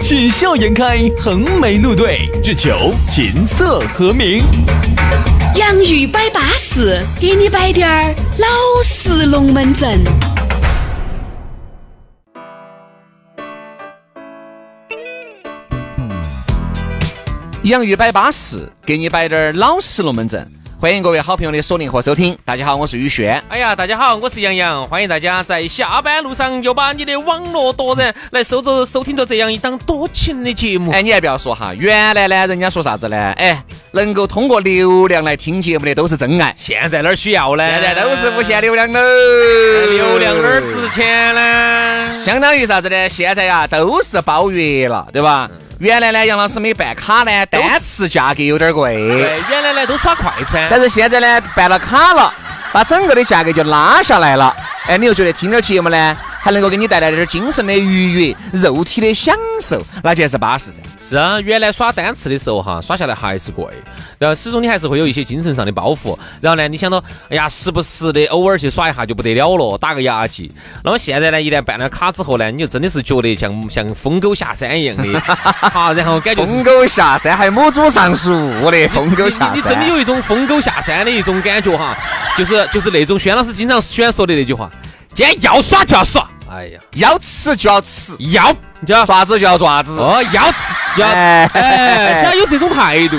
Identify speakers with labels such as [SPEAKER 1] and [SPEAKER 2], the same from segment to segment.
[SPEAKER 1] 喜笑颜开，横眉怒对，只求琴瑟和鸣。
[SPEAKER 2] 洋芋摆巴士，给你摆点儿老式龙门阵。
[SPEAKER 3] 洋芋摆巴适，给你摆点儿老实龙门阵。欢迎各位好朋友的锁定和收听。大家好，我是宇轩。
[SPEAKER 4] 哎呀，大家好，我是杨洋，欢迎大家在下班路上又把你的网络夺人来收着收听着这样一档多情的节目。
[SPEAKER 3] 哎，你还不要说哈，原来呢，人家说啥子呢？哎，能够通过流量来听节目的都是真爱，
[SPEAKER 4] 现在哪儿需要呢？
[SPEAKER 3] 现在都是无限
[SPEAKER 4] 的，
[SPEAKER 3] 流量喽。
[SPEAKER 4] 哎流量哪儿值钱呢？
[SPEAKER 3] 相当于啥子呢？现在呀，都是包月了，对吧？
[SPEAKER 4] 嗯
[SPEAKER 3] 原来呢，杨老师没办卡呢，单次价格有点贵，
[SPEAKER 4] 对原来呢都耍快餐，
[SPEAKER 3] 但是现在呢，办了卡了，把整个的价格就拉下来了。哎，你又觉得听点节目呢，还能够给你带来点精神的愉悦、肉体的享受，那就是巴适噻。
[SPEAKER 4] 是啊，原来耍单次的时候哈，耍下来还是贵，然后始终你还是会有一些精神上的包袱。然后呢，你想到，哎呀，时不时的偶尔去耍一下就不得了了，打个牙祭。那么现在呢，一旦办了卡之后呢，你就真的是觉得像像疯狗下山一样的， 啊，然后感觉是
[SPEAKER 3] 疯狗下山还母猪上树 的，疯狗下山。
[SPEAKER 4] 你你真的有一种疯狗下山的一种感觉哈，就是就是那种轩老师经常喜欢说的那句话：今天要耍就要耍，哎呀，
[SPEAKER 3] 要吃就要吃，
[SPEAKER 4] 要就要耍，
[SPEAKER 3] 爪子就要爪子。
[SPEAKER 4] 哦，要要，
[SPEAKER 3] 哎
[SPEAKER 4] 哎，只要有这种态度，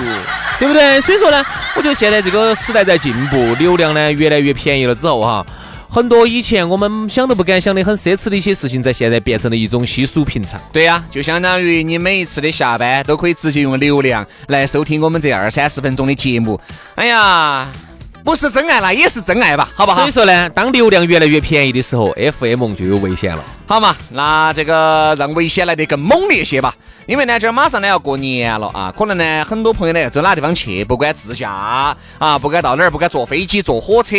[SPEAKER 4] 对不对？所以说呢，我觉得现在这个时代在进步，流量呢越来越便宜了之后哈。很多以前我们想都不敢想的很奢侈的一些事情，在现在变成了一种稀疏平常。
[SPEAKER 3] 对呀、就相当于你每一次的下班都可以直接用流量来收听我们这二三十分钟的节目。哎呀，不是真爱啦，也是真爱吧，好不好
[SPEAKER 4] 所以？说呢，当流量越来越便宜的时候，FM 就有危险了。
[SPEAKER 3] 好嘛，那这个让危险来得更猛烈些吧，因为呢，今儿马上呢要过年了啊，可能呢很多朋友呢要走哪地方去，不管自驾啊，不管到哪儿，不管坐飞机、坐火车，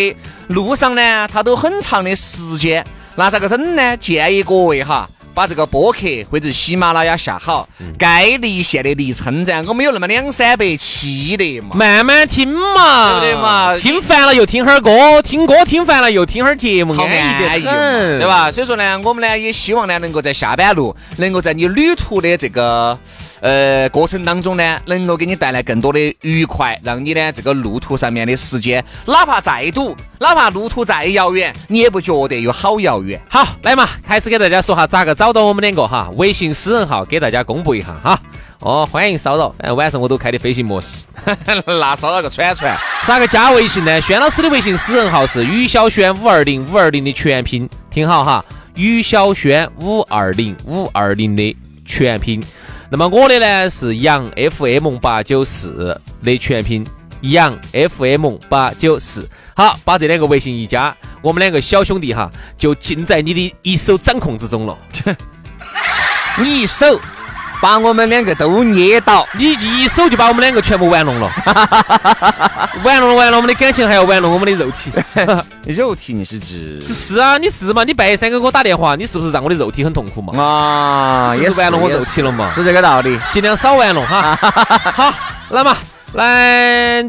[SPEAKER 3] 路上呢他都很长的时间，那咋个整呢？建议各位哈。把这个播客或者喜马拉雅下好，该离线的离称赞，我们有那么两三百期的嘛。
[SPEAKER 4] 慢慢听嘛，
[SPEAKER 3] 对不对嘛
[SPEAKER 4] 听烦了又听会儿歌，听歌听烦了又听会儿节目，
[SPEAKER 3] 好
[SPEAKER 4] 安
[SPEAKER 3] 安
[SPEAKER 4] 逸
[SPEAKER 3] 逸
[SPEAKER 4] 得
[SPEAKER 3] 嘛
[SPEAKER 4] 很，
[SPEAKER 3] 对？吧？所以说呢，我们呢也希望呢能够在下班路，能够在你旅途的这个呃过程当中呢，能够给你带来更多的愉快，让你呢这个路途上面的时间，哪怕再堵，哪怕路途再遥远，你也不觉得有好遥远。
[SPEAKER 4] 好，来嘛，开始给大家说下咋个找到我们两个哈，微信私人号给大家公布一下哈。哦，欢迎骚扰，反正晚上我都开的飞行模式。
[SPEAKER 3] 那烧了个串串，
[SPEAKER 4] 咋个加微信呢？轩老师的微信私人号是于小轩五二零五二零的全拼，听好哈，于小轩五二零五二零的全拼。那么我的呢是杨 FM 八九四的全拼，杨 FM 八九四。好，把这两个微信一加，我们两个小兄弟哈，就尽在你的一手掌控之中了。
[SPEAKER 3] 你一手把我们两个都捏倒。
[SPEAKER 4] 你一手就把我们两个全部玩弄了， 玩弄了玩弄我们的感情，还要玩弄我们的肉体。
[SPEAKER 3] 肉体你是指
[SPEAKER 4] 是啊，你是嘛？你半夜三更给我打电话，你是不是让我的肉体很痛苦嘛？
[SPEAKER 3] 啊，
[SPEAKER 4] 是不
[SPEAKER 3] 也
[SPEAKER 4] 是玩弄我肉
[SPEAKER 3] 也是
[SPEAKER 4] 体了嘛？
[SPEAKER 3] 是这个啊道理。
[SPEAKER 4] 尽量少玩弄哈。好，来嘛，来。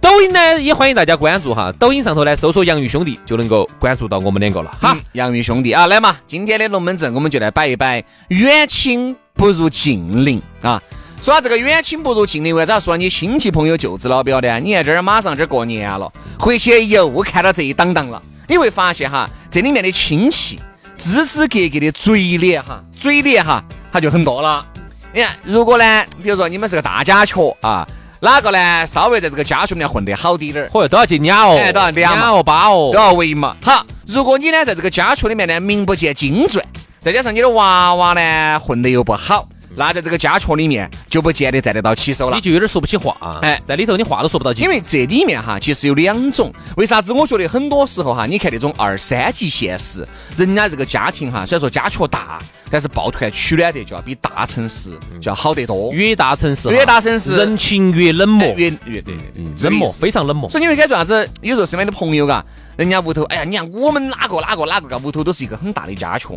[SPEAKER 4] 抖音呢也欢迎大家关注哈，抖音上头呢搜索“洋芋兄弟”就能够关注到我们两个了哈
[SPEAKER 3] 好。，嗯杨云兄弟啊，来嘛，今天的龙门阵我们就来摆一摆远亲不如近邻啊。说到这个远亲不如近邻，为啥说你亲戚朋友舅子老表呢？你看这儿马上这儿过年了，回去又看到这一档档了，你会发现哈，这里面的亲戚支支格格的嘴脸哈，嘴脸哈，它就很多了。你看，如果呢，比如说你们是个大家雀啊，哪个呢稍微在这个家族里面混得好滴点儿，
[SPEAKER 4] 嚯，都要去俩哦，
[SPEAKER 3] 哎都要俩嘛
[SPEAKER 4] 俩哦，八哦
[SPEAKER 3] 都。要围嘛。好，如果你呢在这个家雀里面呢名不见经传，再加上你的娃娃呢混得又不好，那在这个家雀里面就不见得站得到起手了
[SPEAKER 4] 你。就有点说不起话。啊
[SPEAKER 3] 哎
[SPEAKER 4] 在里头你话都说不到进
[SPEAKER 3] 因
[SPEAKER 4] 去。
[SPEAKER 3] 为这里面哈，其实有两种。为啥子？我觉得很多时候哈，你看那种二三级县市，人家这个家庭哈，虽然说家雀大，但是抱团取暖的就要比大城市就要好得多。
[SPEAKER 4] 越大城市哈，
[SPEAKER 3] 越大城市
[SPEAKER 4] 人情越冷漠
[SPEAKER 3] 哎，越越对对对，这
[SPEAKER 4] 冷
[SPEAKER 3] 个意
[SPEAKER 4] 漠
[SPEAKER 3] 思
[SPEAKER 4] 非常冷漠。
[SPEAKER 3] 所以你会感觉啥子？有时候身边的朋友嘎，人家屋头，哎呀，你看我们哪个哪个哪个嘎，屋头都是一个很大的家雀。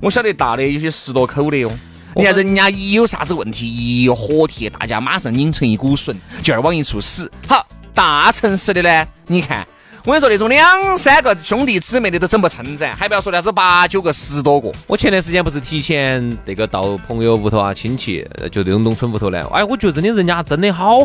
[SPEAKER 3] 我晓得大的有些十多口的哟。你看人家一有啥子问题，一火贴，大家马上拧成一股绳，劲儿往一处使。好，大城市的呢，你看。我跟你说，那种两三个兄弟姊妹的都整不称噻，还不要说那是八九个、十多个。
[SPEAKER 4] 我前段时间不是提前那个到朋友屋头啊，亲戚呃就这种农村屋头来，哎，我觉得真的人家真的好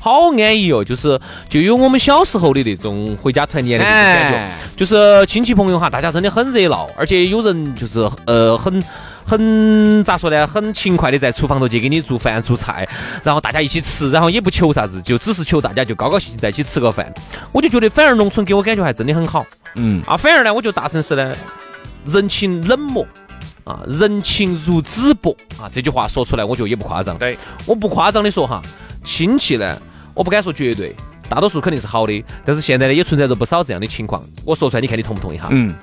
[SPEAKER 4] 好安逸哦，就是就有我们小时候的那种回家团年的那种感觉，
[SPEAKER 3] 哎
[SPEAKER 4] 就是亲戚朋友哈，大家真的很热闹，而且有人就是呃很。很咋说呢？很勤快的在厨房头去给你做饭做菜，然后大家一起吃，然后也不求啥子，就只是求大家就高高兴兴在一起吃个饭。我就觉得反而农村给我感觉还真的很好。
[SPEAKER 3] 嗯，
[SPEAKER 4] 啊，反而呢，我觉得大城市呢，人情冷漠。啊，人情如纸薄啊，这句话说出来，我觉得也不夸张。
[SPEAKER 3] 对，
[SPEAKER 4] 我不夸张的说哈，亲戚呢，我不敢说绝对，大多数肯定是好的，但是现在呢，也存在着不少这样的情况。我说出来，你看你同不同意哈？
[SPEAKER 3] 嗯，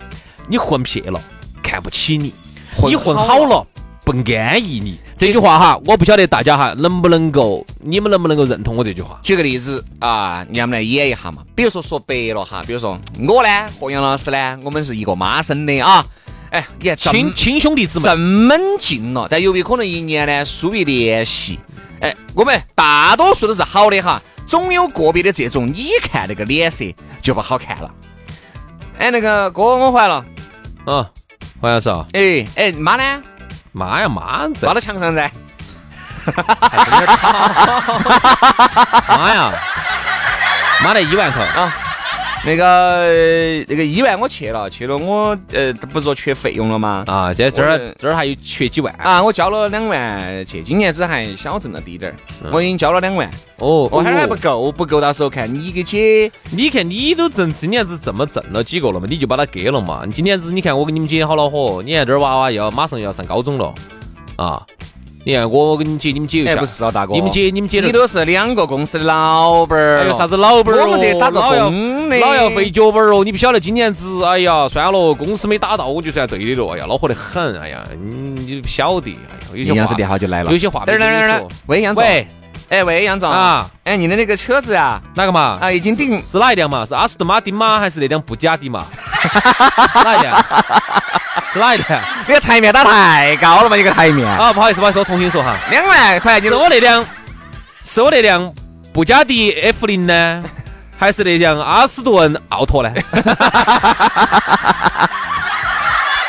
[SPEAKER 4] 你混撇了，看不起你；
[SPEAKER 3] 混
[SPEAKER 4] 你混
[SPEAKER 3] 好
[SPEAKER 4] 好了，不安逸你。这句话哈，我不晓得大家哈能不能够，你们能不能够认同我这句话？
[SPEAKER 3] 举个例子啊，你要们来演一下嘛。比如说说白了哈，比如说我呢和杨老师呢，我们是一个妈生的啊。哎，你看这么
[SPEAKER 4] 亲亲兄弟姊妹，
[SPEAKER 3] 这么近了，但由于可能一年呢疏于联系，哎，我们大多数都是好的哈，总有个别的这种，你看那个脸色就不好看了。哎，那个哥，我回来了。
[SPEAKER 4] 嗯，黄老师啊，
[SPEAKER 3] 哎哎，妈呢？
[SPEAKER 4] 妈呀妈在
[SPEAKER 3] 挂到墙上噻。
[SPEAKER 4] 妈啊呀，妈的一万块，
[SPEAKER 3] 那个呃那个医院我去了，去了我呃不是说缺费用了吗？
[SPEAKER 4] 啊，现在这
[SPEAKER 3] 我
[SPEAKER 4] 儿这儿还有缺几万
[SPEAKER 3] 啊，我交了两万去，今年子还小挣了滴点儿，我已经交了两万，
[SPEAKER 4] 嗯哦
[SPEAKER 3] 我还还不够，不够，到时候看你给姐。
[SPEAKER 4] 你看你都挣今年子这么挣了几个了嘛，你就把它给了嘛。你今年子你看我跟你们姐好恼火，你看这儿娃娃要马上要上高中了啊，你看我跟你们姐你们姐又
[SPEAKER 3] 哎，
[SPEAKER 4] 下
[SPEAKER 3] 不是啊，大哥，
[SPEAKER 4] 你们姐你们姐
[SPEAKER 3] 你
[SPEAKER 4] 的
[SPEAKER 3] 都是两个公司的老板儿
[SPEAKER 4] 还
[SPEAKER 3] 了，
[SPEAKER 4] 有啥子老板儿哦，
[SPEAKER 3] 我们这打个
[SPEAKER 4] 老要
[SPEAKER 3] 工的，
[SPEAKER 4] 老要费脚本儿哦，你不晓得今年子，哎呀，算了，公司没打到我就算对的了，哎呀，恼火得很，哎呀，你你不晓得，哎呀，有些
[SPEAKER 3] 杨老师
[SPEAKER 4] 话
[SPEAKER 3] 电话就来了
[SPEAKER 4] 有。些话没
[SPEAKER 3] 等儿
[SPEAKER 4] 跟你
[SPEAKER 3] 等儿等儿等
[SPEAKER 4] 说
[SPEAKER 3] 儿，喂，杨总，
[SPEAKER 4] 喂，
[SPEAKER 3] 哎，喂，杨总
[SPEAKER 4] 啊，
[SPEAKER 3] 哎，你的那个车子啊，
[SPEAKER 4] 哪个嘛？
[SPEAKER 3] 啊，已经定，
[SPEAKER 4] 是哪一辆嘛？是阿斯顿马丁吗？还是那辆布加迪 嘛？哪一辆？是哪一 辆？
[SPEAKER 3] 那个台面打太高了嘛，这个台面，
[SPEAKER 4] 啊，不好意思，不好意思，我重新说哈，
[SPEAKER 3] 两万块，你
[SPEAKER 4] 是我那辆，是我那辆布加迪 F 零呢，还是那辆阿斯顿奥 拓呢？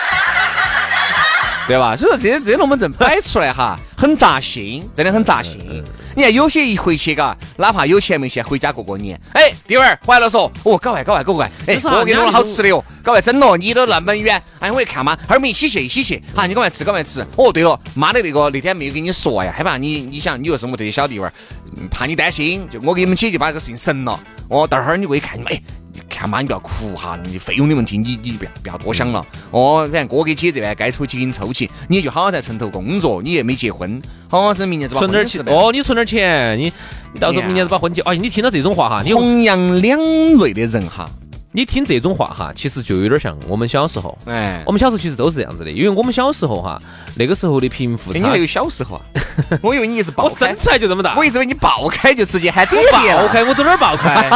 [SPEAKER 3] 对吧？所以说这这龙门阵摆出来哈，很扎心，真的很扎心。
[SPEAKER 4] 嗯
[SPEAKER 3] 你看有些一回去嘎，哪怕有钱没钱，回家过过年，哎，弟儿回来了说，哦，搞快搞快搞快，哎，
[SPEAKER 4] 就是啊
[SPEAKER 3] 我给你弄了
[SPEAKER 4] 人家
[SPEAKER 3] 好
[SPEAKER 4] 就
[SPEAKER 3] 吃的哦哟，搞快整咯，你都那么远，哎，我一看嘛，哈儿我们一起去一起去，哈，你赶快吃赶快吃。哦，对了，妈的那个那天没有跟你说呀，害怕你，你想你又是我们这些小弟娃儿，嗯怕你担心，就我给你们姐就把这个事情省了。哦，待会儿你过去看你们，哎。你看妈，你不要哭哈，你费用的问题你你不要不要多想了。哦，反正哥给姐这边该抽起给你抽起，你就好好在城头工作，你也没结婚，好好生明年子把
[SPEAKER 4] 存点儿
[SPEAKER 3] 婚事
[SPEAKER 4] 钱
[SPEAKER 3] 办
[SPEAKER 4] 哦，你存点儿钱，你你到时候明年子把婚结。哎，你听到这种话哈，你
[SPEAKER 3] 弘扬两类的人哈，
[SPEAKER 4] 你听这种话哈，其实就有点像我们小时候。
[SPEAKER 3] 哎，
[SPEAKER 4] 我们小时候其实都是这样子的，因为我们小时候哈，那个时候的贫富
[SPEAKER 3] 哎你
[SPEAKER 4] 差
[SPEAKER 3] 还，有小时候啊？ 我以为你一直爆
[SPEAKER 4] 我
[SPEAKER 3] 开
[SPEAKER 4] 生，出来就这么大，
[SPEAKER 3] 我一直以为你爆开就直接喊爹
[SPEAKER 4] 我
[SPEAKER 3] 爹
[SPEAKER 4] 爆
[SPEAKER 3] 了，
[SPEAKER 4] 开，我走哪儿爆开？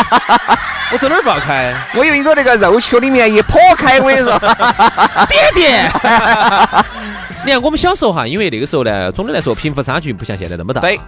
[SPEAKER 4] 我走哪儿爆开？
[SPEAKER 3] 我以为你说那个肉球里面一破开，我跟你 说， 爹爹，
[SPEAKER 4] 你看我们小时候哈，因为那个时候呢，总的来说贫富差距不像现在那么大。
[SPEAKER 3] 对，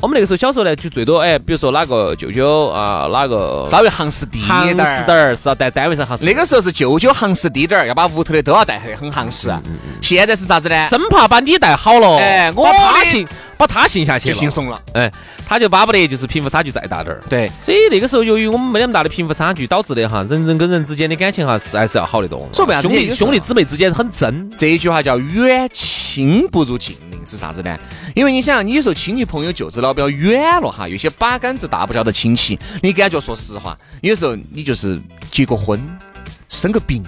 [SPEAKER 4] 我们那个时候小时候呢，就最多哎，比如说哪个舅舅啊，哪个
[SPEAKER 3] 稍微行市低
[SPEAKER 4] 行
[SPEAKER 3] 点
[SPEAKER 4] 市
[SPEAKER 3] 儿
[SPEAKER 4] 点。儿是要在单位上行市，
[SPEAKER 3] 那个时候是舅舅行市低点儿，要把屋头的都要带得很行市。现在是啥子呢？
[SPEAKER 4] 生怕把你带好了，
[SPEAKER 3] 哎我
[SPEAKER 4] 把他
[SPEAKER 3] 的
[SPEAKER 4] 信把他信下去
[SPEAKER 3] 就
[SPEAKER 4] 了，
[SPEAKER 3] 姓怂了。
[SPEAKER 4] 哎，他就巴不得就是贫富差距再大点儿。
[SPEAKER 3] 对，
[SPEAKER 4] 所以那个时候，由于我们没那么大的贫富差距，导致的哈，人人跟人之间的感情哈是还是要好得多。
[SPEAKER 3] 说白了
[SPEAKER 4] 兄
[SPEAKER 3] 有
[SPEAKER 4] 弟
[SPEAKER 3] 的时候
[SPEAKER 4] 兄弟姊妹之间很真，
[SPEAKER 3] 这一句话叫远亲不如近邻是啥子呢？因为你想，你有时候亲戚朋友舅子老表远了哈，有些八竿子打不着的亲戚，你感觉说实话，有时候你就是结个婚，生个病，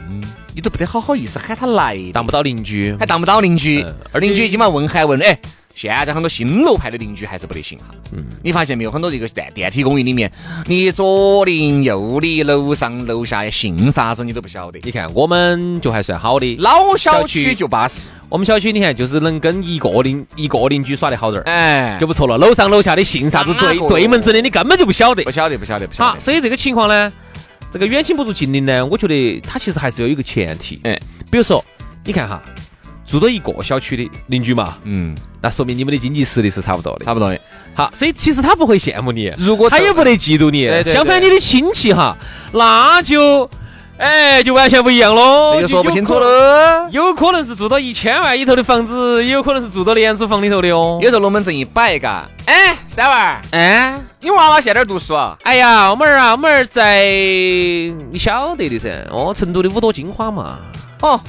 [SPEAKER 3] 你都不得好好意思喊他来的，
[SPEAKER 4] 当不到邻居
[SPEAKER 3] 还。当不到邻居
[SPEAKER 4] 嗯，而且
[SPEAKER 3] 邻居已经把问喊问了，哎，现在很多新楼盘的邻居还是不得行哈。嗯，你发现没有？很多这个电电梯公寓里面，你左邻右里、楼上楼下姓啥子你都不晓得。
[SPEAKER 4] 你看我们就还算好的，
[SPEAKER 3] 老小区就巴适，
[SPEAKER 4] 我们小区你看就是能跟一个邻一个邻居耍得好点儿，
[SPEAKER 3] 哎，
[SPEAKER 4] 就不错了。楼上楼下的姓啥子
[SPEAKER 3] 哪
[SPEAKER 4] 对
[SPEAKER 3] 个
[SPEAKER 4] 对门子的，你根本就不晓得
[SPEAKER 3] 不。晓得，不晓得，不晓
[SPEAKER 4] 啊，
[SPEAKER 3] 得。
[SPEAKER 4] 所以这个情况呢，这个远亲不如近邻呢，我觉得它其实还是要有一个前提，
[SPEAKER 3] 哎，
[SPEAKER 4] 比如说你看哈，住到一个小区的邻居嘛，
[SPEAKER 3] 嗯，
[SPEAKER 4] 那说明你们的经济实力是差不多的。
[SPEAKER 3] 差不多的。
[SPEAKER 4] 好，所以其实他不会羡慕你，
[SPEAKER 3] 如果
[SPEAKER 4] 他也不得嫉妒你
[SPEAKER 3] 对对。对
[SPEAKER 4] 相反，你的亲戚哈，那就哎就完全不一样喽，
[SPEAKER 3] 这就说不清楚
[SPEAKER 4] 了。
[SPEAKER 3] 了。
[SPEAKER 4] 有可能是住到一千万以头的房子，也有可能是住到廉租房里头的哦
[SPEAKER 3] 有。时候龙门阵一摆，嘎，哎，三娃儿，
[SPEAKER 4] 哎，
[SPEAKER 3] 你娃娃现在哪儿读书啊？
[SPEAKER 4] 哎呀，我们儿啊，我们儿在你晓得的噻，哦，成都的五朵金花嘛，
[SPEAKER 3] 哦，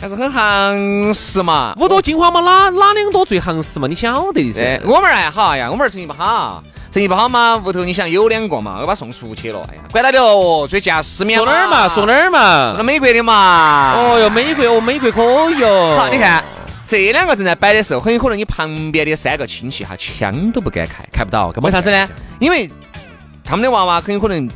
[SPEAKER 3] 还是很夯实嘛。
[SPEAKER 4] 五朵金花嘛，哪哪两朵最行市嘛，你晓得的
[SPEAKER 3] 哎
[SPEAKER 4] 噻，。
[SPEAKER 3] 我们儿还好哎呀，我们儿成绩不好，成绩不好嘛，屋头你想有两个嘛，我把他送出去了，哎呀，管他的哦，追加失眠
[SPEAKER 4] 说哪儿嘛，说
[SPEAKER 3] 送
[SPEAKER 4] 哪儿
[SPEAKER 3] 送到
[SPEAKER 4] 嘛。
[SPEAKER 3] 哎美国的嘛。
[SPEAKER 4] 哦哟，美国，哦，美国可以哦哟。
[SPEAKER 3] 好，你看。这两个正在摆的时候，很有可能你旁边的三个亲戚哈，枪都不敢开，
[SPEAKER 4] 看不到，根本
[SPEAKER 3] 为啥子呢
[SPEAKER 4] 看不见？
[SPEAKER 3] 因为他们的娃娃很有可能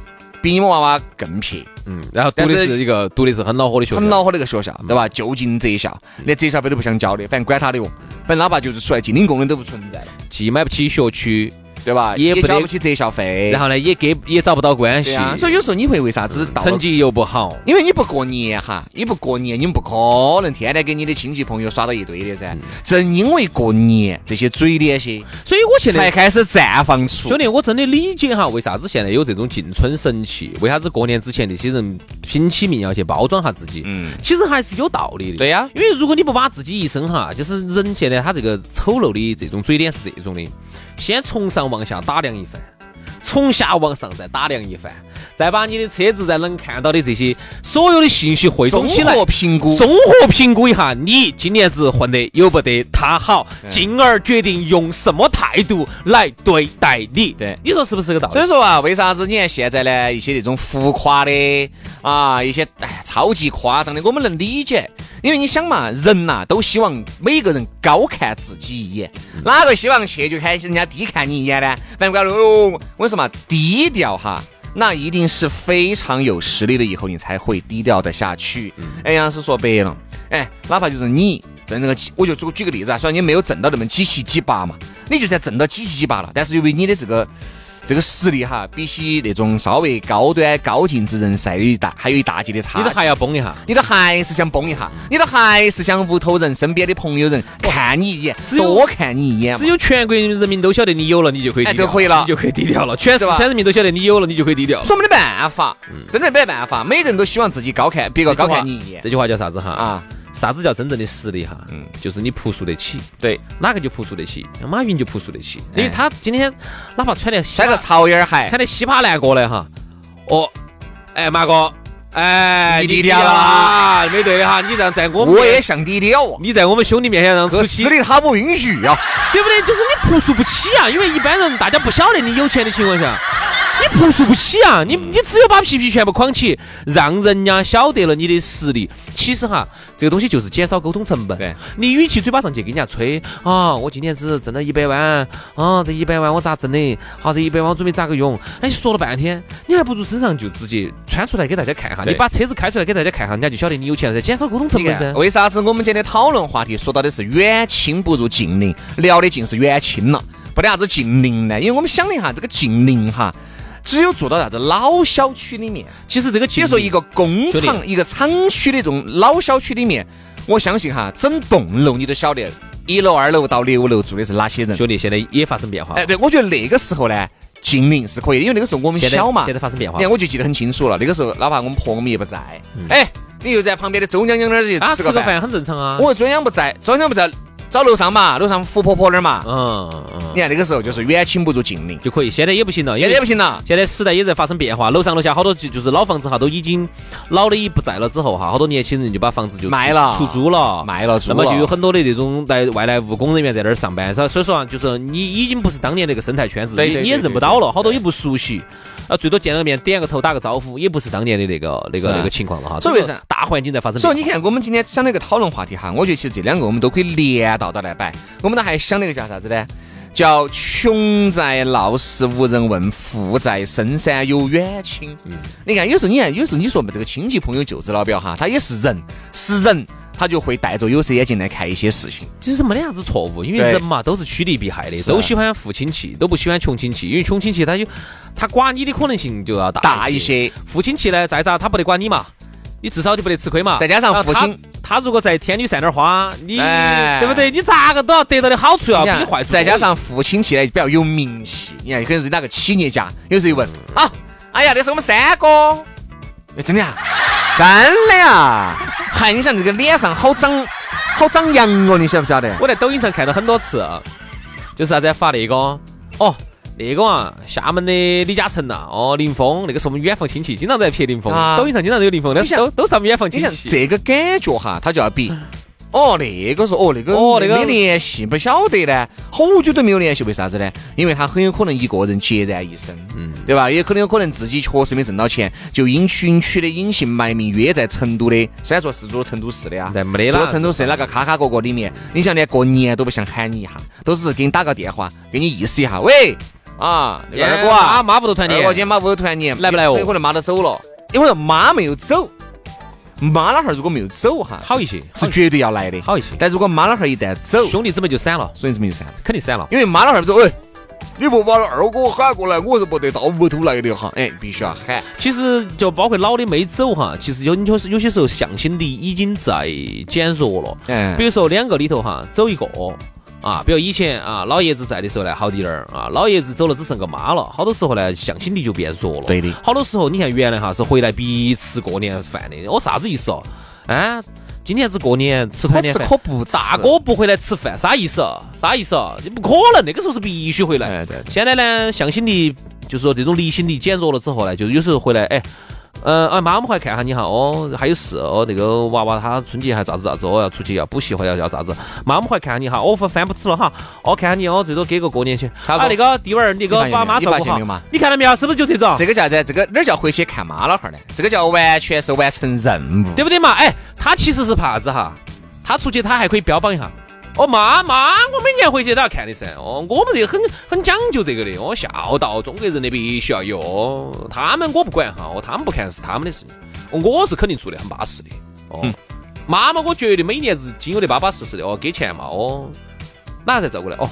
[SPEAKER 3] 比你们娃娃更撇，
[SPEAKER 4] 嗯，然后
[SPEAKER 3] 但
[SPEAKER 4] 读的
[SPEAKER 3] 是
[SPEAKER 4] 是一个读的是很恼火的学校，
[SPEAKER 3] 很恼火的一个学校，
[SPEAKER 4] 嗯
[SPEAKER 3] 对吧？就近择校，连择校费都不想交的，反正管他的哦，反正哪怕就是出来进领工的都不存在了，
[SPEAKER 4] 既买不起学区，
[SPEAKER 3] 对吧？
[SPEAKER 4] 也不得
[SPEAKER 3] 交不起择校费，
[SPEAKER 4] 然后呢也给也找不到关
[SPEAKER 3] 对
[SPEAKER 4] 系，
[SPEAKER 3] 啊，所以有时候你会为啥子到了
[SPEAKER 4] 成绩又不好，
[SPEAKER 3] 因为你不过年哈，你不过年，你们不可能天天跟你的亲戚朋友耍到一堆的噻。正因为过年，这些嘴脸些
[SPEAKER 4] 所以我现在。
[SPEAKER 3] 才开始绽放出。
[SPEAKER 4] 兄弟，我真的理解哈，为啥子现在有这种进村神器？为啥子过年之前那些人拼起命要去包装下自己？
[SPEAKER 3] 嗯，
[SPEAKER 4] 其实还是有道理的。
[SPEAKER 3] 对呀
[SPEAKER 4] 因为如果你不把自己一生哈，就是人现在他这个丑陋的这种嘴脸是这种的，先从上往下打量一番，从下往上再打量一番，再把你的车子在能看到的这些所有的信息汇总
[SPEAKER 3] 综
[SPEAKER 4] 起来，
[SPEAKER 3] 合评估，
[SPEAKER 4] 综合评估一下，你今年子混得有不得他好，
[SPEAKER 3] 嗯
[SPEAKER 4] 进而决定用什么态度来对待你。
[SPEAKER 3] 对
[SPEAKER 4] 你说是不是这个道
[SPEAKER 3] 所以
[SPEAKER 4] 理？
[SPEAKER 3] 说啊，为啥子你看现在呢？一些这种浮夸的啊，一些哎超级夸张的，我们能理解，因为你想嘛，人呐、都希望每个人高看自己一眼，
[SPEAKER 4] 嗯
[SPEAKER 3] 哪个希望去就看人家低看你一眼呢？反正管哦，我跟你说嘛，低调哈。那一定是非常有实力了，以后你才会低调的下去。
[SPEAKER 4] 嗯
[SPEAKER 3] 哎，杨老师说白了，哎，哪怕就是你挣那个几，我就举举个例子啊，虽然你没有挣到那么几七几八嘛，你就算挣到几七几八了，但是由于你的这个这个实力哈，比起那种稍微高端高净值人士还有一大还有一大截的差
[SPEAKER 4] 你都
[SPEAKER 3] 距。
[SPEAKER 4] 还要崩一下，
[SPEAKER 3] 你都还是想崩一下，你都还是想屋头人、身边的朋友人看你一眼，
[SPEAKER 4] 有
[SPEAKER 3] 多看你一眼嘛
[SPEAKER 4] 只。有全国人民都晓得你有了，你就可以低
[SPEAKER 3] 哎
[SPEAKER 4] 调，
[SPEAKER 3] 就可以了
[SPEAKER 4] 你就可以低调了。全四
[SPEAKER 3] 对吧
[SPEAKER 4] 川人民都晓得你有了，你就可以低调了。
[SPEAKER 3] 说没得办法，真的没得办法，每个人都希望自己高看别个
[SPEAKER 4] 这句
[SPEAKER 3] 高
[SPEAKER 4] 话
[SPEAKER 3] 看你一眼
[SPEAKER 4] 这句话叫啥子哈？
[SPEAKER 3] 啊。
[SPEAKER 4] 啥子叫真正的实力哈？嗯，就是你朴素得起，
[SPEAKER 3] 对，
[SPEAKER 4] 哪个就朴素得起，马云就朴素得起，
[SPEAKER 3] 哎
[SPEAKER 4] 因为他今天哪怕穿得
[SPEAKER 3] 甩个草烟儿还
[SPEAKER 4] 穿得稀巴烂过来哈，哦，哎马哥，哎
[SPEAKER 3] 你
[SPEAKER 4] 你
[SPEAKER 3] 低
[SPEAKER 4] 低
[SPEAKER 3] 调
[SPEAKER 4] 调
[SPEAKER 3] 了
[SPEAKER 4] 了啊，没对的哈，你这样在我们
[SPEAKER 3] 我也想低调啊，
[SPEAKER 4] 你在我们兄弟面前让
[SPEAKER 3] 可
[SPEAKER 4] 出
[SPEAKER 3] 实
[SPEAKER 4] 气，
[SPEAKER 3] 力他不允许啊。
[SPEAKER 4] 对不对？就是你朴素不起啊，因为一般人大家不晓得你有钱的情况下。你朴素不起啊！你你只有把皮皮全部框起，让人家晓得了你的实力。其实哈，这个东西就是减少沟通成本。
[SPEAKER 3] 对，
[SPEAKER 4] 你与其嘴巴上去跟人家吹啊，我今天只挣了一百万啊，这一百万我咋挣的？好，这一百万我准备咋个用？哎，说了半天，你还不如身上就直接穿出来给大家看哈。
[SPEAKER 3] 对
[SPEAKER 4] 你把车子开出来给大家看哈，人家就晓得你有钱了噻，减少沟通成
[SPEAKER 3] 你
[SPEAKER 4] 本
[SPEAKER 3] 看，
[SPEAKER 4] 噻。
[SPEAKER 3] 为啥子我们今天的讨论话题说到的是远亲不如近邻，聊的尽是远亲了，不得啥子近邻呢？因为我们想了一下，这个近邻哈，只有做到啥子老小区里面，
[SPEAKER 4] 其实这个
[SPEAKER 3] 比
[SPEAKER 4] 其
[SPEAKER 3] 如
[SPEAKER 4] 实
[SPEAKER 3] 说一个工
[SPEAKER 4] 嗯兄
[SPEAKER 3] 厂、一个厂区的这种老小区里面，我相信哈，整栋楼你都晓得，一楼、二楼到六楼住的是哪些人。
[SPEAKER 4] 兄弟现在也发生变化了
[SPEAKER 3] 哎，。对，我觉得那个时候呢，近邻是可以的，因为那个时候我们
[SPEAKER 4] 现在
[SPEAKER 3] 小嘛
[SPEAKER 4] 现，在发生变化
[SPEAKER 3] 你看，我就记得很清楚了。那个时候，哪怕我们婆我们也不在，哎，你就在旁边的周娘娘那儿去
[SPEAKER 4] 嗯啊，
[SPEAKER 3] 吃
[SPEAKER 4] 吃
[SPEAKER 3] 个
[SPEAKER 4] 个
[SPEAKER 3] 饭。
[SPEAKER 4] 饭很正常啊。
[SPEAKER 3] 我周娘不在，周娘不在，找楼上嘛，楼上胡婆婆那儿嘛。
[SPEAKER 4] 嗯嗯，
[SPEAKER 3] 你看那个时候就是远亲不如近邻，
[SPEAKER 4] 就可以。现在也不行了，因
[SPEAKER 3] 现
[SPEAKER 4] 为
[SPEAKER 3] 在不行了。
[SPEAKER 4] 现在时代也在发生变化，楼上楼下好多就就是老房子哈，都已经老的已不在了之后哈，好多年轻人就把房子就
[SPEAKER 3] 卖了
[SPEAKER 4] 出租了，
[SPEAKER 3] 卖了租
[SPEAKER 4] 那么就
[SPEAKER 3] 了
[SPEAKER 4] 有很多的这种来外来务工人员在那儿上班，所以所以说啊，就是你已经不是当年那个生态圈子，
[SPEAKER 3] 对
[SPEAKER 4] 你
[SPEAKER 3] 对
[SPEAKER 4] 你
[SPEAKER 3] 对
[SPEAKER 4] 也认不到
[SPEAKER 3] 对
[SPEAKER 4] 了，好多也不熟悉。啊，最多见了面点个头打个招呼，也不是当年的那个那个
[SPEAKER 3] 是啊
[SPEAKER 4] 那个情况了哈。
[SPEAKER 3] 所以为啥
[SPEAKER 4] 整个大环境在发生变化，
[SPEAKER 3] 所以你看，我们今天想那个讨论话题哈，我觉得其实这两个我们都可以连倒倒来摆。我们呢还想了一个叫啥子呢？叫“穷在闹市无人问，富在深山有远亲”。
[SPEAKER 4] 嗯
[SPEAKER 3] 你看，有时候你看，有时候你说嘛，这个亲戚朋友舅子老表哈，他也是人，是人，他就会戴着有色眼镜来看一些事情。
[SPEAKER 4] 其实没得啥子错误，因为
[SPEAKER 3] 对
[SPEAKER 4] 人嘛都是趋利避害的，
[SPEAKER 3] 啊
[SPEAKER 4] 都喜欢富亲戚，都不喜欢穷亲戚，因为穷亲戚他有他刮你的可能性就要大
[SPEAKER 3] 大
[SPEAKER 4] 一
[SPEAKER 3] 一些，
[SPEAKER 4] 富亲戚呢，再咋他不得管你嘛，你至少就不得吃亏嘛。
[SPEAKER 3] 再加上
[SPEAKER 4] 然后
[SPEAKER 3] 父
[SPEAKER 4] 他
[SPEAKER 3] 亲，
[SPEAKER 4] 他如果在天女散点花，你
[SPEAKER 3] 哎
[SPEAKER 4] 对不对？你咋个都要得到的好处要比你坏处多。
[SPEAKER 3] 再加上父亲戚呢比较有名气，你看，可能是哪个企业家，有时候一问啊，哎呀，那是我们三哥，哎真的啊，真的啊，还你想这个脸上好长好长羊哦，你晓不晓得？
[SPEAKER 4] 我在抖音上看到很多次，啊就是啥子啊发那个哦。那个啊，厦门的李嘉诚呐，哦，林峰，那个是我们远房亲戚，经常在拍林峰，
[SPEAKER 3] 啊
[SPEAKER 4] 抖音上经常都有林峰，那
[SPEAKER 3] 你想
[SPEAKER 4] 都都是我们远房
[SPEAKER 3] 你
[SPEAKER 4] 亲
[SPEAKER 3] 像
[SPEAKER 4] 戚。
[SPEAKER 3] 这个感觉哈，他就要比。哦，那个是哦，那个
[SPEAKER 4] 嗯哦那个
[SPEAKER 3] 没联系，不晓得呢，好久都没有联系，为啥子呢？因为他很有可能一个人孑然一身，嗯，对吧？也可能有可能自己确实没挣到钱，就因区因区的隐姓埋名约在成都的，虽然说是做成都市的啊，
[SPEAKER 4] 但没得啦
[SPEAKER 3] 做成都市的那个卡卡角角里面，你想连过年都不想喊你一下，都是给你打个电话，给你意思一下，喂啊，那个二哥啊
[SPEAKER 4] 啊，，妈不都团
[SPEAKER 3] 二哥今
[SPEAKER 4] 结，
[SPEAKER 3] 天妈屋头团年
[SPEAKER 4] 来不来哦
[SPEAKER 3] 有可能妈都走了，因为说妈没有走，妈老汉儿如果没有走哈，
[SPEAKER 4] 好一些，
[SPEAKER 3] 是绝对要来的。
[SPEAKER 4] 好一些
[SPEAKER 3] 但如果妈老汉儿一旦走，
[SPEAKER 4] 兄弟姊妹就散了，
[SPEAKER 3] 所以这么就散了。
[SPEAKER 4] 肯定散了。
[SPEAKER 3] 因为妈老汉儿说，哎，你不把二哥喊过来，我是不得到屋头来的哈。哎，必须要喊。
[SPEAKER 4] 其实就包括老的没走哈，其实有有时有些时候向心力已经在减弱了。
[SPEAKER 3] 哎
[SPEAKER 4] 比如说两个里头哈，走一个啊，比如以前啊老爷子在的时候呢好滴点儿啊，老爷子走了只剩个妈了，好多时候呢向心力就变弱了。
[SPEAKER 3] 对的
[SPEAKER 4] 好多时候你看原来哈是回来必吃过年饭的，我啥子意思哦？啊，今年子过年吃团年饭。
[SPEAKER 3] 不
[SPEAKER 4] 大哥不回来吃饭，啥意思啊？啥意思啊？你不可能，那个时候是必须回来。
[SPEAKER 3] 哎对对
[SPEAKER 4] 现在呢，向心力就是说这种离心力减弱了之后呢，就是有时候回来，哎，呃，啊妈，我们回来看下你哈，哦，还有事哦，那个娃娃他春节还咋子咋子，哦，要出去要补习或者要要咋子，妈，我们回来看下你哈，哦，饭饭不吃了哈，哦，看下你哦，最多给个过年钱。
[SPEAKER 3] 差不多
[SPEAKER 4] 啊，那个弟娃儿，你给我
[SPEAKER 3] 你
[SPEAKER 4] 把
[SPEAKER 3] 发现
[SPEAKER 4] 妈
[SPEAKER 3] 没有你
[SPEAKER 4] 照
[SPEAKER 3] 发
[SPEAKER 4] 顾
[SPEAKER 3] 现
[SPEAKER 4] 好
[SPEAKER 3] 没有嘛。
[SPEAKER 4] 你看到没有？是不是就这种？
[SPEAKER 3] 啊这个叫啥子？这个哪儿叫回去看妈老汉儿呢？这个叫完全是完成任务。
[SPEAKER 4] 对不对嘛？哎，他其实是怕啥子哈？他出去他还可以标榜一下。哦妈妈，我每年回去都要看的噻。哦，我们这个很很讲究这个的。哦，孝道中国人的必须要有。哦他们我不管哈，哦他们不看是他们的事情，哦我是肯定做的很巴适的。哦，
[SPEAKER 3] 嗯
[SPEAKER 4] 妈妈我觉得每年是经有的巴巴适适的。哦，给钱嘛，哦，哪才照顾来？哦，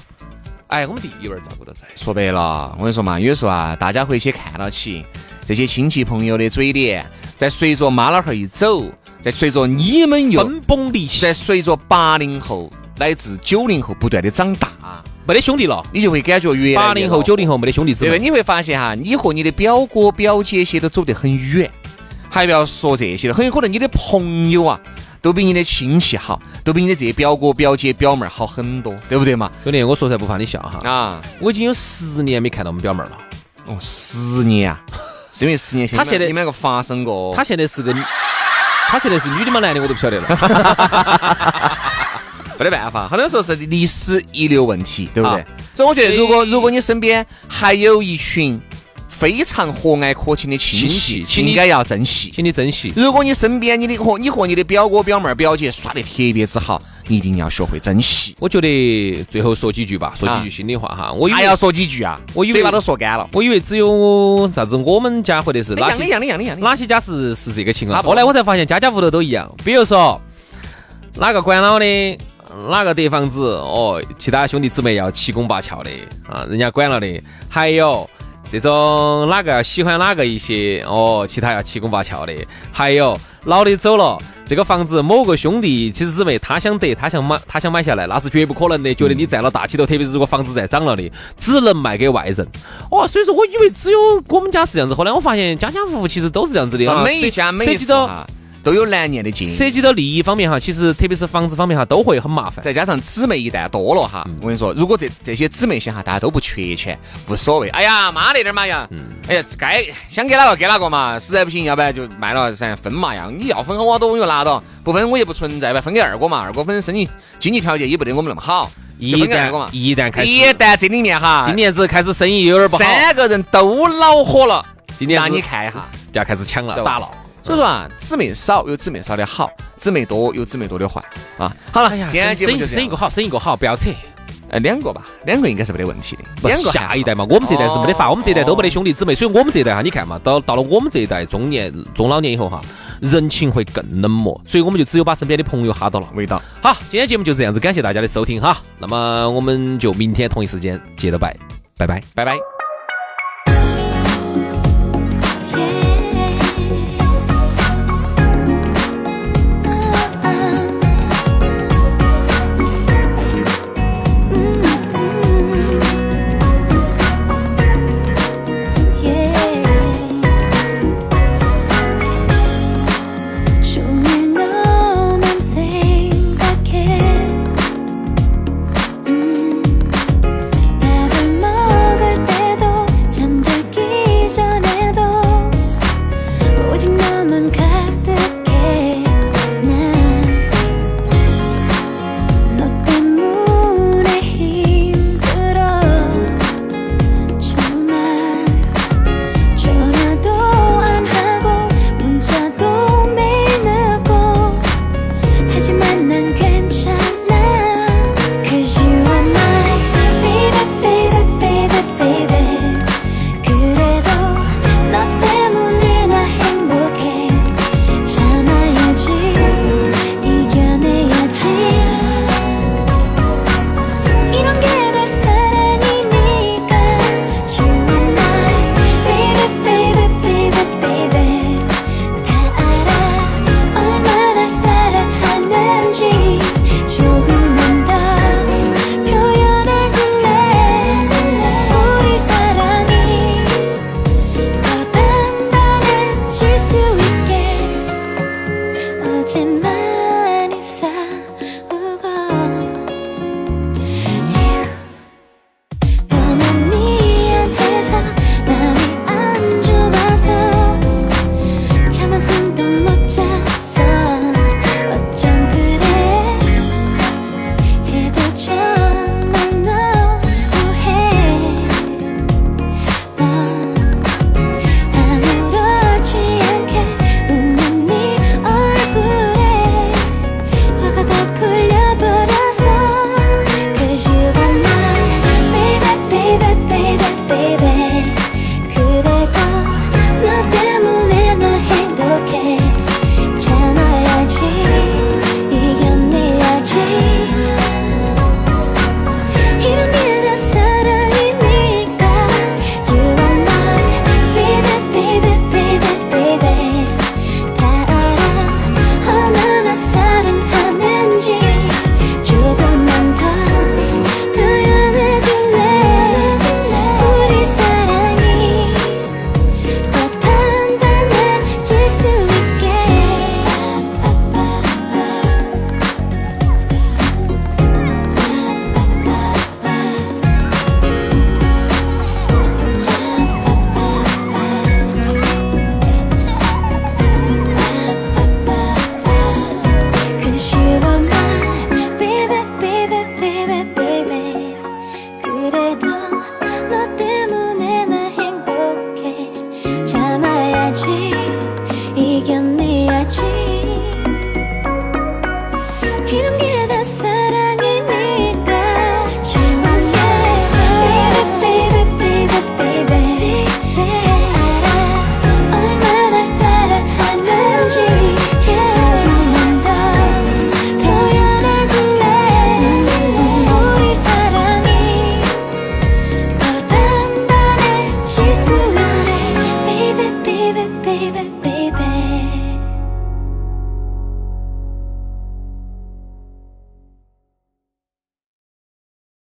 [SPEAKER 4] 哎，我们弟一儿照顾到噻。
[SPEAKER 3] 说白了，我跟你说嘛，有时候啊，大家回去看到起这些亲戚朋友的嘴脸，在随着妈老汉儿一走，在随着你们又
[SPEAKER 4] 分崩离析
[SPEAKER 3] 在，随着八零后乃至九零后不断的长大，
[SPEAKER 4] 没得兄弟了。
[SPEAKER 3] 你就会感觉越来越
[SPEAKER 4] 八零后、
[SPEAKER 3] 老
[SPEAKER 4] 九零后没得兄弟姊
[SPEAKER 3] 对吧？
[SPEAKER 4] 妹。
[SPEAKER 3] 你会发现哈，你和你的表哥、表姐些都走得很远，还不要说这些了，很有可能你的朋友啊，都比你的亲戚好，都比你的这些表哥、表姐、表妹儿好很多，对不对嘛？
[SPEAKER 4] 兄弟，我说出来不怕你笑哈。
[SPEAKER 3] 啊，
[SPEAKER 4] 我已经有十年没看到我们表妹儿了。
[SPEAKER 3] 哦，十年 啊，是因为十年前
[SPEAKER 4] 他
[SPEAKER 3] 你们
[SPEAKER 4] 现在
[SPEAKER 3] 你们两个发生过，
[SPEAKER 4] 她现在是个女，她现在是女的吗？男的我都不晓得了。
[SPEAKER 3] 没得办法，很多时候是历史遗留问题，对不对？
[SPEAKER 4] 啊
[SPEAKER 3] 所以我觉
[SPEAKER 4] 所
[SPEAKER 3] 得，
[SPEAKER 4] 以
[SPEAKER 3] 如果如果你身边还有一群非常和蔼可亲的亲戚，
[SPEAKER 4] 亲戚
[SPEAKER 3] 应该要珍惜。
[SPEAKER 4] 请你珍惜。
[SPEAKER 3] 如果你身边你的和你和你的表哥、表妹儿、表姐耍得特别之好，你一定要学会珍惜。
[SPEAKER 4] 我觉得最后说几句吧，说几句心里话哈。我以
[SPEAKER 3] 啊还
[SPEAKER 4] 为
[SPEAKER 3] 要说几句啊？
[SPEAKER 4] 我以为
[SPEAKER 3] 嘴巴都说干了。
[SPEAKER 4] 我以为只有啥子我们家或者是
[SPEAKER 3] 一
[SPEAKER 4] 哪
[SPEAKER 3] 样的，一
[SPEAKER 4] 些
[SPEAKER 3] 样的，一样的，一样的。
[SPEAKER 4] 哪些家是是这个情
[SPEAKER 3] 差
[SPEAKER 4] 况。
[SPEAKER 3] 不多
[SPEAKER 4] 后来我才发现家家户头都一样，比如说哪个管老的。哪个得房子哦？其他兄弟姊妹要七拱八翘的啊，人家管了的。还有这种哪个要喜欢哪个一些哦，其他要七拱八翘的。还有老的走了，这个房子某个兄弟其实姊妹他想得，他想买，他想买下来，那是绝不可能的。觉得
[SPEAKER 3] 嗯
[SPEAKER 4] 你占了大气头，特别是如果房子再涨了的，只能卖给外人。哦，所以说我以为只有我们家是这样子，后来我发现家家户户其实都是这样子的啊。
[SPEAKER 3] 每一家
[SPEAKER 4] 涉
[SPEAKER 3] 每
[SPEAKER 4] 涉
[SPEAKER 3] 一
[SPEAKER 4] 及
[SPEAKER 3] 户
[SPEAKER 4] 到
[SPEAKER 3] 啊都有难念的经。
[SPEAKER 4] 涉及到利益方面哈，其实特别是房子方面哈，都会很麻烦。
[SPEAKER 3] 再加上姊妹一旦多了哈，
[SPEAKER 4] 嗯
[SPEAKER 3] 我跟你说，如果这这些姊妹些哈，大家都不缺钱，无所谓。哎呀，妈那点儿嘛呀，
[SPEAKER 4] 嗯
[SPEAKER 3] 哎呀，该想给哪个给哪个嘛，实在不行，要不然就卖了，反正分嘛呀。你要分好我都我就拿到，不分我也不存在呗，分给二哥嘛，二哥分身体经济条件也不得我们那么好，
[SPEAKER 4] 一
[SPEAKER 3] 就分给二哥嘛
[SPEAKER 4] 旦。一旦开始，
[SPEAKER 3] 一旦这里面哈，
[SPEAKER 4] 今年子开始生意有点不好，
[SPEAKER 3] 三个人都恼火了，
[SPEAKER 4] 今年
[SPEAKER 3] 那
[SPEAKER 4] 子
[SPEAKER 3] 你看一下，
[SPEAKER 4] 就要开始抢了，
[SPEAKER 3] 对吧
[SPEAKER 4] 打闹。
[SPEAKER 3] 所以说啊，姊妹少有姊妹少的好，姊妹多有姊妹多的坏啊。好
[SPEAKER 4] 哎
[SPEAKER 3] 了，今天节目
[SPEAKER 4] 生
[SPEAKER 3] 就
[SPEAKER 4] 生
[SPEAKER 3] 这
[SPEAKER 4] 一个
[SPEAKER 3] 样，
[SPEAKER 4] 好，生一个好，不要扯。
[SPEAKER 3] 呃，两个吧，两个应该是没得问题的，
[SPEAKER 4] 不
[SPEAKER 3] 两个还好
[SPEAKER 4] 下一代嘛，我们这一代是没得法，
[SPEAKER 3] 哦
[SPEAKER 4] 我们这一代都没得兄弟姊妹，所以我们这一代哈，你看嘛，到到了我们这一代中年中老年以后哈，人情会更冷漠，所以我们就只有把身边的朋友哈到了。
[SPEAKER 3] 味道。
[SPEAKER 4] 好，今天节目就是这样子，感谢大家的收听哈，那么我们就明天同一时间接着拜，拜拜。
[SPEAKER 3] 拜拜。